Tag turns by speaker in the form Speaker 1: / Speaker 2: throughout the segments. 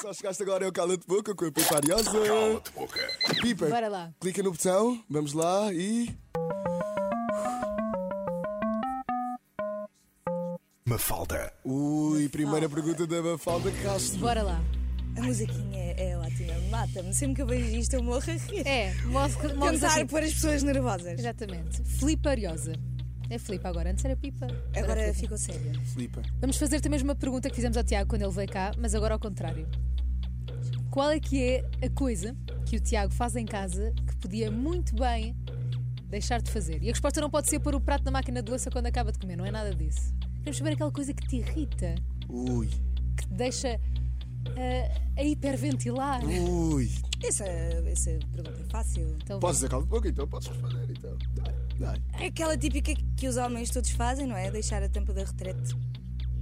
Speaker 1: Só chegaste agora eu cala-te boca com a pipariosa.
Speaker 2: Cala-te boca.
Speaker 1: Piper,
Speaker 3: Bora lá.
Speaker 1: clica no botão, vamos lá e.
Speaker 2: Mafalda.
Speaker 1: Ui, primeira pergunta da Mafalda Castro.
Speaker 3: Bora lá.
Speaker 4: A musiquinha é, é ótima, mata-me. Sempre que eu vejo isto, eu morro a rir.
Speaker 3: É, mostra
Speaker 4: Tentar
Speaker 3: assim.
Speaker 4: pôr as pessoas nervosas.
Speaker 3: Exatamente. Flipariosa. É flipa agora, antes era pipa.
Speaker 4: Agora
Speaker 3: é flipa.
Speaker 4: ficou sério.
Speaker 1: Flipa.
Speaker 3: Vamos fazer também uma pergunta que fizemos ao Tiago quando ele veio cá, mas agora ao contrário. Qual é que é a coisa que o Tiago faz em casa que podia muito bem deixar de fazer? E a resposta não pode ser pôr o prato na máquina de louça quando acaba de comer, não é nada disso. Queremos saber aquela coisa que te irrita,
Speaker 1: Ui,
Speaker 3: que te deixa ah, a hiperventilar.
Speaker 1: ui.
Speaker 4: Essa, essa pergunta é fácil.
Speaker 3: Então,
Speaker 1: Podes dizer cala-te boca, então podes responder, então. Dai, dai.
Speaker 4: É aquela típica que os homens todos fazem, não é? Deixar a tampa da retrete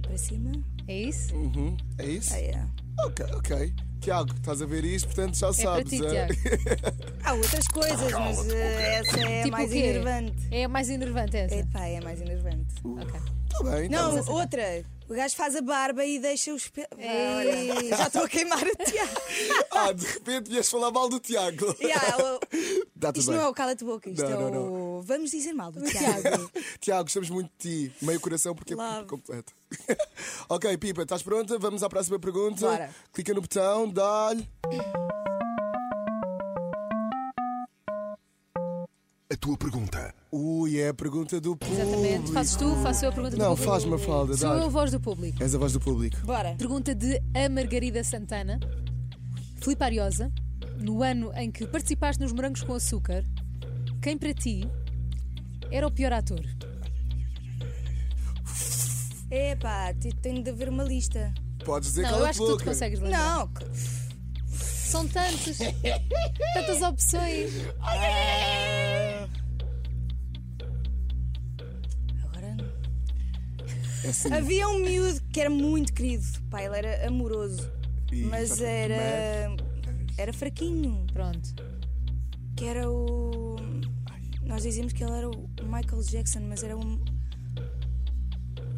Speaker 4: para cima.
Speaker 3: é isso?
Speaker 1: Uhum. É isso?
Speaker 4: Ah, é.
Speaker 1: Ok, ok. Tiago, estás a ver isto, portanto já
Speaker 3: é para
Speaker 1: sabes.
Speaker 3: ti,
Speaker 4: eh,
Speaker 1: é?
Speaker 3: Tiago.
Speaker 4: Há outras coisas, mas
Speaker 2: Cala-te,
Speaker 4: eh, essa é a
Speaker 3: Tipo
Speaker 4: mais
Speaker 3: o quê?
Speaker 4: enervante.
Speaker 3: É a mais enervante essa.
Speaker 4: Epá, é a mais enervante.
Speaker 3: Ok.
Speaker 1: Tá bem, tá
Speaker 4: Não,
Speaker 1: bem.
Speaker 4: outra. O gajo faz a barba e deixa os pelos.
Speaker 3: Ei.
Speaker 4: Já estou a queimar o Tiago.
Speaker 1: Ah, de repente vieste falar mal do Tiago.
Speaker 4: Yeah, o-
Speaker 1: Dá Tá tudo
Speaker 4: isto
Speaker 1: bem.
Speaker 4: não é o cala-te-boca, isto
Speaker 1: Não,
Speaker 4: é
Speaker 1: não,
Speaker 4: o. Vamos dizer mal do Tiago.
Speaker 3: Tiago.
Speaker 1: Tiago, gostamos muito de ti. Meio coração porque é
Speaker 4: Love.
Speaker 1: completo. ok, Pipa, estás pronta? Vamos à próxima pergunta.
Speaker 4: Bora.
Speaker 1: Clica no botão, dá-lhe.
Speaker 2: A tua pergunta.
Speaker 1: Ui, é a pergunta do público.
Speaker 3: Exatamente. Fazes tu, faço eu a pergunta
Speaker 1: Não,
Speaker 3: do público.
Speaker 1: faz-me a falda,
Speaker 3: Sou eu a
Speaker 1: dá-lhe.
Speaker 3: voz do público.
Speaker 1: És a voz do público.
Speaker 4: Bora.
Speaker 3: Pergunta de a Margarida Santana. Flipariosa, no ano em que participaste nos Morangos com Açúcar, quem para ti era o pior ator?
Speaker 4: Epá, te- tenho de haver uma lista.
Speaker 1: Podes dizer é
Speaker 3: Não, eu
Speaker 1: cala
Speaker 3: acho que tu te
Speaker 1: boca.
Speaker 3: consegues lembrar.
Speaker 4: Não, que-
Speaker 3: São tantos, tantas opções.
Speaker 4: agora não.
Speaker 1: É assim.
Speaker 4: Havia um miúdo que era muito querido. Pá, ele era amoroso.
Speaker 1: Ih,
Speaker 4: Mas
Speaker 1: tá-
Speaker 4: era. Era fraquinho.
Speaker 3: Pronto.
Speaker 4: Que era o. Nós dizíamos que ele era o Michael Jackson, mas era um.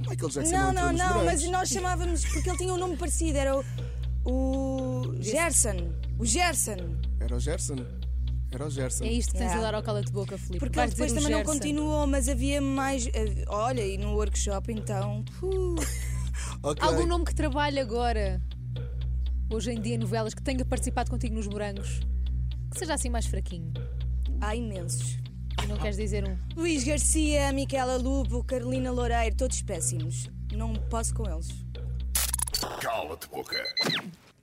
Speaker 1: Michael Jackson
Speaker 4: Não,
Speaker 1: entrou
Speaker 4: não,
Speaker 1: nos
Speaker 4: não,
Speaker 1: brancos.
Speaker 4: mas nós chamávamos porque ele tinha um nome parecido, era o. O. Gerson. O Gerson.
Speaker 1: Era o Gerson. Era o Gerson.
Speaker 3: É isto que tens de
Speaker 4: Yeah.
Speaker 3: dar ao cala de boca, Filipe.
Speaker 4: Porque
Speaker 3: Vais
Speaker 4: ele depois
Speaker 3: dizer o
Speaker 4: também não
Speaker 3: Gerson.
Speaker 4: continuou, mas havia mais. hav- Olha, e no workshop então. uh,
Speaker 1: Ok.
Speaker 3: Algum nome que trabalhe agora, hoje em dia, em novelas, que tenha participado contigo nos Morangos, que seja assim mais fraquinho.
Speaker 4: há imensos.
Speaker 3: E não queres dizer um.
Speaker 4: Luís Garcia, Micaela Lubo, Carolina Loureiro, todos péssimos. Não posso com eles.
Speaker 2: Cala-te boca.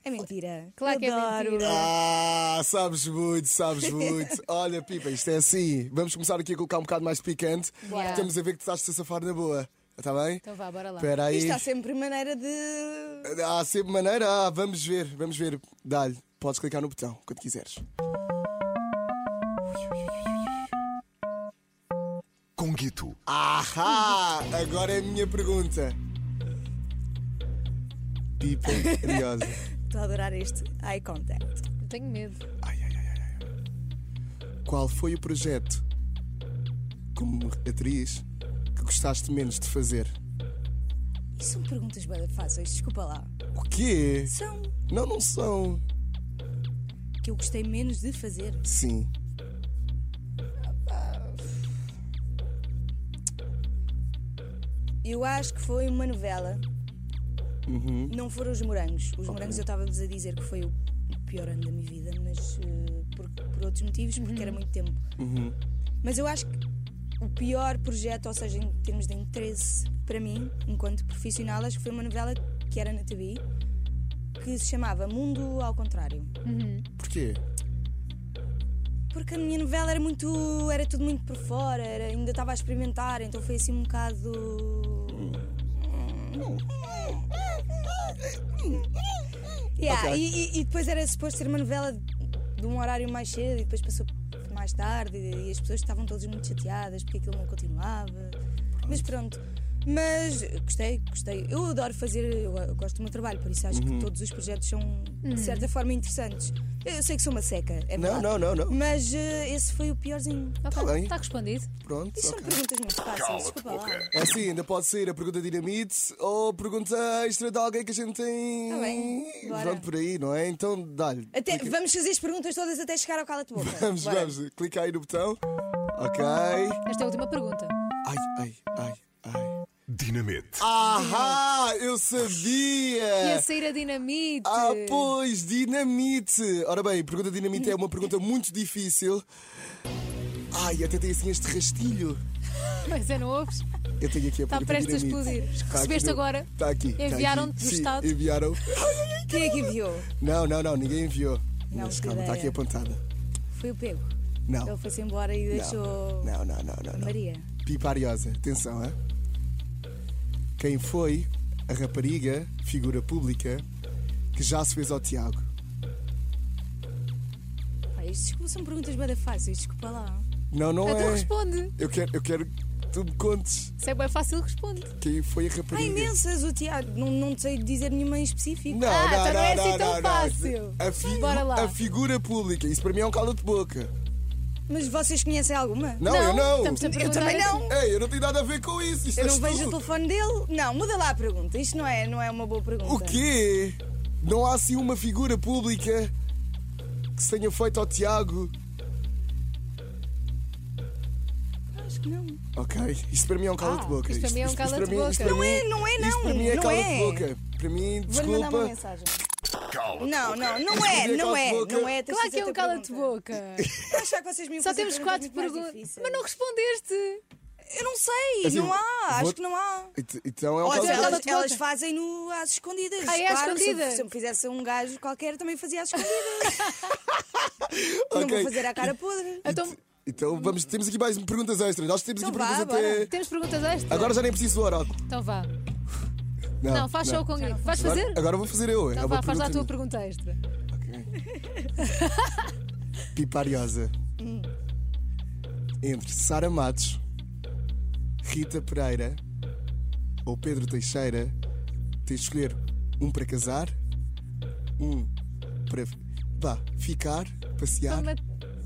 Speaker 4: É mentira.
Speaker 3: Claro que é
Speaker 4: Adoro.
Speaker 3: mentira.
Speaker 1: Ah, sabes muito, sabes muito. Olha, Pipa, isto é assim. Vamos começar aqui a colocar um bocado mais de picante.
Speaker 3: Bora.
Speaker 1: Estamos a ver que tu estás a safar na boa. Está bem?
Speaker 3: Então vá, bora lá.
Speaker 1: Espera aí.
Speaker 4: Isto há sempre maneira de.
Speaker 1: Há sempre maneira. Ah, vamos ver, vamos ver. Dá-lhe. Podes clicar no botão, quando quiseres.
Speaker 2: Conguito.
Speaker 1: Ahá! Agora é a minha pergunta. Pipa curiosa.
Speaker 4: Estou a adorar este eye contact.
Speaker 3: Eu tenho medo.
Speaker 1: Ai, ai, ai, ai, ai. Qual foi o projeto, como atriz, que gostaste menos de fazer?
Speaker 4: Isto são perguntas bem fáceis, desculpa lá.
Speaker 1: O quê?
Speaker 4: São
Speaker 1: Não, não são.
Speaker 4: que eu gostei menos de fazer.
Speaker 1: Sim.
Speaker 4: Eu acho que foi uma novela. Não foram os morangos. Os morangos eu estava-vos a dizer que foi o pior ano da minha vida, mas eh, por, por outros motivos, porque era muito tempo. Mas eu acho que o pior projeto, ou seja, em termos de interesse para mim, enquanto profissional, acho que foi uma novela que era na TV que se chamava Mundo ao Contrário.
Speaker 1: Porquê?
Speaker 4: Porque a minha novela era muito. era tudo muito por fora, era- ainda estava a experimentar, então foi assim um bocado. Yeah,
Speaker 1: Ok.
Speaker 4: e, e- e depois era suposto ser uma novela de, de um horário mais cedo e depois passou mais tarde e, e as pessoas estavam todas muito chateadas porque aquilo não continuava. Mas pronto, Mas gostei, gostei. Eu adoro fazer, eu eu gosto do meu trabalho, por isso acho
Speaker 1: Uhum.
Speaker 4: que todos os projetos são, de certa forma, interessantes. Eu sei que sou uma seca, é
Speaker 1: Não,
Speaker 4: verdade.
Speaker 1: não, não, não.
Speaker 4: Mas eh, esse foi o piorzinho.
Speaker 1: Tá bem.
Speaker 3: Está respondido.
Speaker 1: Pronto,
Speaker 4: Isto são
Speaker 1: ok.
Speaker 4: perguntas muito fáceis,
Speaker 2: Cala-te
Speaker 4: desculpa lá.
Speaker 2: boca.
Speaker 1: É assim, ainda pode ser a pergunta dinamite ou pergunta extra de alguém que a gente tem.
Speaker 4: Tá bem, bora.
Speaker 1: Pronto, por aí, não é? Então dá-lhe.
Speaker 4: Até,
Speaker 1: Clica-
Speaker 4: vamos fazer as perguntas todas até chegar ao cala-te boca.
Speaker 1: Vamos,
Speaker 4: Bora.
Speaker 1: vamos. Clica aí no botão. Ok.
Speaker 3: Esta é a última pergunta.
Speaker 1: Ai, ai, ai, ai.
Speaker 2: Dinamite.
Speaker 1: Ahá! Eu sabia!
Speaker 3: Ia sair a dinamite.
Speaker 1: É. Ah, pois, dinamite! Ora bem, pergunta dinamite é uma pergunta muito difícil. Ai, até tem assim este rastilho.
Speaker 3: Mas é, não ouves?
Speaker 1: Eu tenho aqui a pergunta
Speaker 3: Está Tá prestes a
Speaker 1: dinamite.
Speaker 3: explodir.
Speaker 1: Está aqui
Speaker 3: Recebeste
Speaker 1: no-
Speaker 3: agora?
Speaker 1: Está aqui. está aqui.
Speaker 3: Enviaram-te do
Speaker 1: Sim,
Speaker 3: Estado?
Speaker 1: Enviaram.
Speaker 4: Quem é que enviou?
Speaker 1: Não, não, não, ninguém enviou. Mas
Speaker 4: que
Speaker 1: calma, está
Speaker 4: ideia.
Speaker 1: aqui apontada.
Speaker 4: Foi o Pego.
Speaker 1: Não.
Speaker 4: Ele foi-se embora e deixou
Speaker 1: Não, não, não, não.
Speaker 4: a
Speaker 1: não.
Speaker 4: Maria.
Speaker 1: Pipariosa, atenção, é? Quem foi a rapariga, figura pública, que já se fez ao Tiago?
Speaker 4: Pá, isto desculpa, são perguntas bem fáceis, desculpa lá.
Speaker 1: Não, não
Speaker 3: Então
Speaker 1: é.
Speaker 3: responde.
Speaker 1: Eu quero, eu quero que tu me contes
Speaker 3: Se é bem fácil, responde.
Speaker 1: quem foi a
Speaker 4: Há
Speaker 1: rapariga.
Speaker 4: imensas, o Tiago. Não, não sei dizer nenhuma em específico.
Speaker 1: Não,
Speaker 3: Ah,
Speaker 1: não,
Speaker 3: então
Speaker 1: não,
Speaker 3: não é
Speaker 1: não,
Speaker 3: assim tão
Speaker 1: não,
Speaker 3: fácil. Então
Speaker 1: A, fi-
Speaker 3: Bora lá.
Speaker 1: a figura pública, isso para mim é um calo de boca.
Speaker 4: Mas vocês conhecem alguma?
Speaker 1: Não, eu não.
Speaker 3: Estamos a perguntar
Speaker 4: Eu também
Speaker 3: assim.
Speaker 4: não.
Speaker 1: Ei, eu não tenho nada a ver com isso. Isto é
Speaker 4: Eu não
Speaker 1: és
Speaker 4: vejo o
Speaker 1: tu.
Speaker 4: telefone dele. Não, muda lá a pergunta. Isto não é, não é uma boa pergunta.
Speaker 1: O quê? Não há assim uma figura pública que se tenha feito ao Tiago?
Speaker 4: Acho que não.
Speaker 1: Ok, isto para mim é um calo de boca.
Speaker 3: isto para mim é um cala-te
Speaker 1: para mim- isto
Speaker 3: boca.
Speaker 1: para
Speaker 4: Não é,
Speaker 1: mim-
Speaker 4: não é, não.
Speaker 1: Isto para mim é
Speaker 4: não
Speaker 1: calo
Speaker 4: é.
Speaker 1: de boca. Para mim,
Speaker 4: Vou-lhe mandar uma
Speaker 1: desculpa.
Speaker 4: mensagem.
Speaker 2: Cala-te
Speaker 4: Não,
Speaker 2: boca.
Speaker 4: não, não é, não é,
Speaker 1: Cala-te boca.
Speaker 4: não é. tens
Speaker 3: Claro
Speaker 4: de
Speaker 3: que é um
Speaker 4: fazer a tua pergunta.
Speaker 3: cala-te-boca.
Speaker 4: Eu achava que vocês me iam
Speaker 3: Só
Speaker 4: fazer
Speaker 3: temos quatro
Speaker 4: muito mais
Speaker 3: perguntas.
Speaker 4: difíceis.
Speaker 3: Mas não respondeste.
Speaker 4: Eu não sei,
Speaker 1: Assim,
Speaker 4: não há,
Speaker 1: vou-
Speaker 4: acho que não há.
Speaker 1: Et- Então é um calo
Speaker 4: Olha,
Speaker 1: de boca.
Speaker 4: elas,
Speaker 3: cala-te boca.
Speaker 4: elas fazem no às escondidas.
Speaker 3: Ah, é às
Speaker 4: claro, se eu-
Speaker 3: escondidas?
Speaker 4: Se eu me fizesse um gajo qualquer, também fazia às escondidas. Não
Speaker 1: Ok.
Speaker 4: vou fazer à cara podre.
Speaker 3: Então,
Speaker 1: Então vamos, temos aqui mais perguntas extras. Nós temos aqui
Speaker 4: Então vá,
Speaker 1: perguntas até.
Speaker 3: temos perguntas extras?
Speaker 1: é. Agora já nem preciso do oráculo.
Speaker 3: Então vá. Não, faz só o Congrego. Vais fazer?
Speaker 1: Agora, agora vou fazer eu. é
Speaker 3: Então
Speaker 1: uma
Speaker 3: vá, faz lá a tua
Speaker 1: pergunta
Speaker 3: pergunta extra.
Speaker 1: minha. Pipariosa. Entre Sara Matos, Rita Pereira ou Pedro Teixeira, tens de escolher um para casar, um para pá, ficar, passear
Speaker 3: Toma-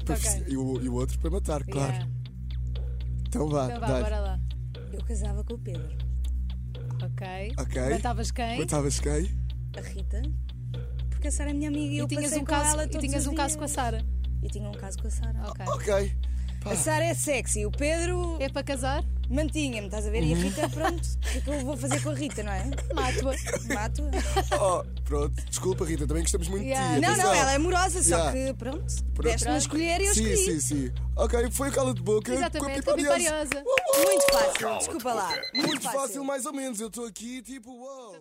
Speaker 1: para
Speaker 3: Ok.
Speaker 1: fi- e, o, e o outro para matar, claro.
Speaker 3: Yeah.
Speaker 1: Então vá,
Speaker 3: Então vá,
Speaker 1: dá-lhe.
Speaker 3: bora lá.
Speaker 4: Eu casava com o Pedro,
Speaker 3: Ok.
Speaker 1: Ok.
Speaker 3: Matavas quem?
Speaker 1: Matavas quem?
Speaker 4: a Rita, porque a Sara é minha amiga e,
Speaker 3: E
Speaker 4: eu
Speaker 3: tinhas
Speaker 4: passei
Speaker 3: um
Speaker 4: com
Speaker 3: caso,
Speaker 4: ela
Speaker 3: e
Speaker 4: todos
Speaker 3: tinhas
Speaker 4: os
Speaker 3: um caso com a
Speaker 4: dias.
Speaker 3: Sara.
Speaker 4: E tinha um caso com a Sara.
Speaker 3: Ok.
Speaker 1: Ok.
Speaker 4: A Sara é sexy, o Pedro
Speaker 3: É Uhum. para casar?
Speaker 4: mantinha-me, estás a ver? E a Rita, pronto, o que é que eu vou fazer com a Rita, não é?
Speaker 3: Mato-a.
Speaker 4: Mato.
Speaker 1: Oh, pronto. Desculpa, Rita, também gostamos muito
Speaker 3: Yeah.
Speaker 1: de ti.
Speaker 4: Não, não,
Speaker 1: atenção.
Speaker 4: ela é amorosa, só
Speaker 1: Yeah.
Speaker 4: que pronto, deste-me a escolher e eu
Speaker 1: Sim, sim,
Speaker 4: escolhi.
Speaker 1: sim. Ok, foi o cala de boca.
Speaker 3: Exatamente,
Speaker 1: com a pipa
Speaker 3: pipariosa.
Speaker 1: de aço. Uh, uh,
Speaker 4: Muito fácil,
Speaker 2: Cala-te
Speaker 4: desculpa lá.
Speaker 2: boca.
Speaker 4: Muito
Speaker 1: Muito
Speaker 4: fácil.
Speaker 1: fácil, mais ou menos. Eu estou aqui, tipo, uau.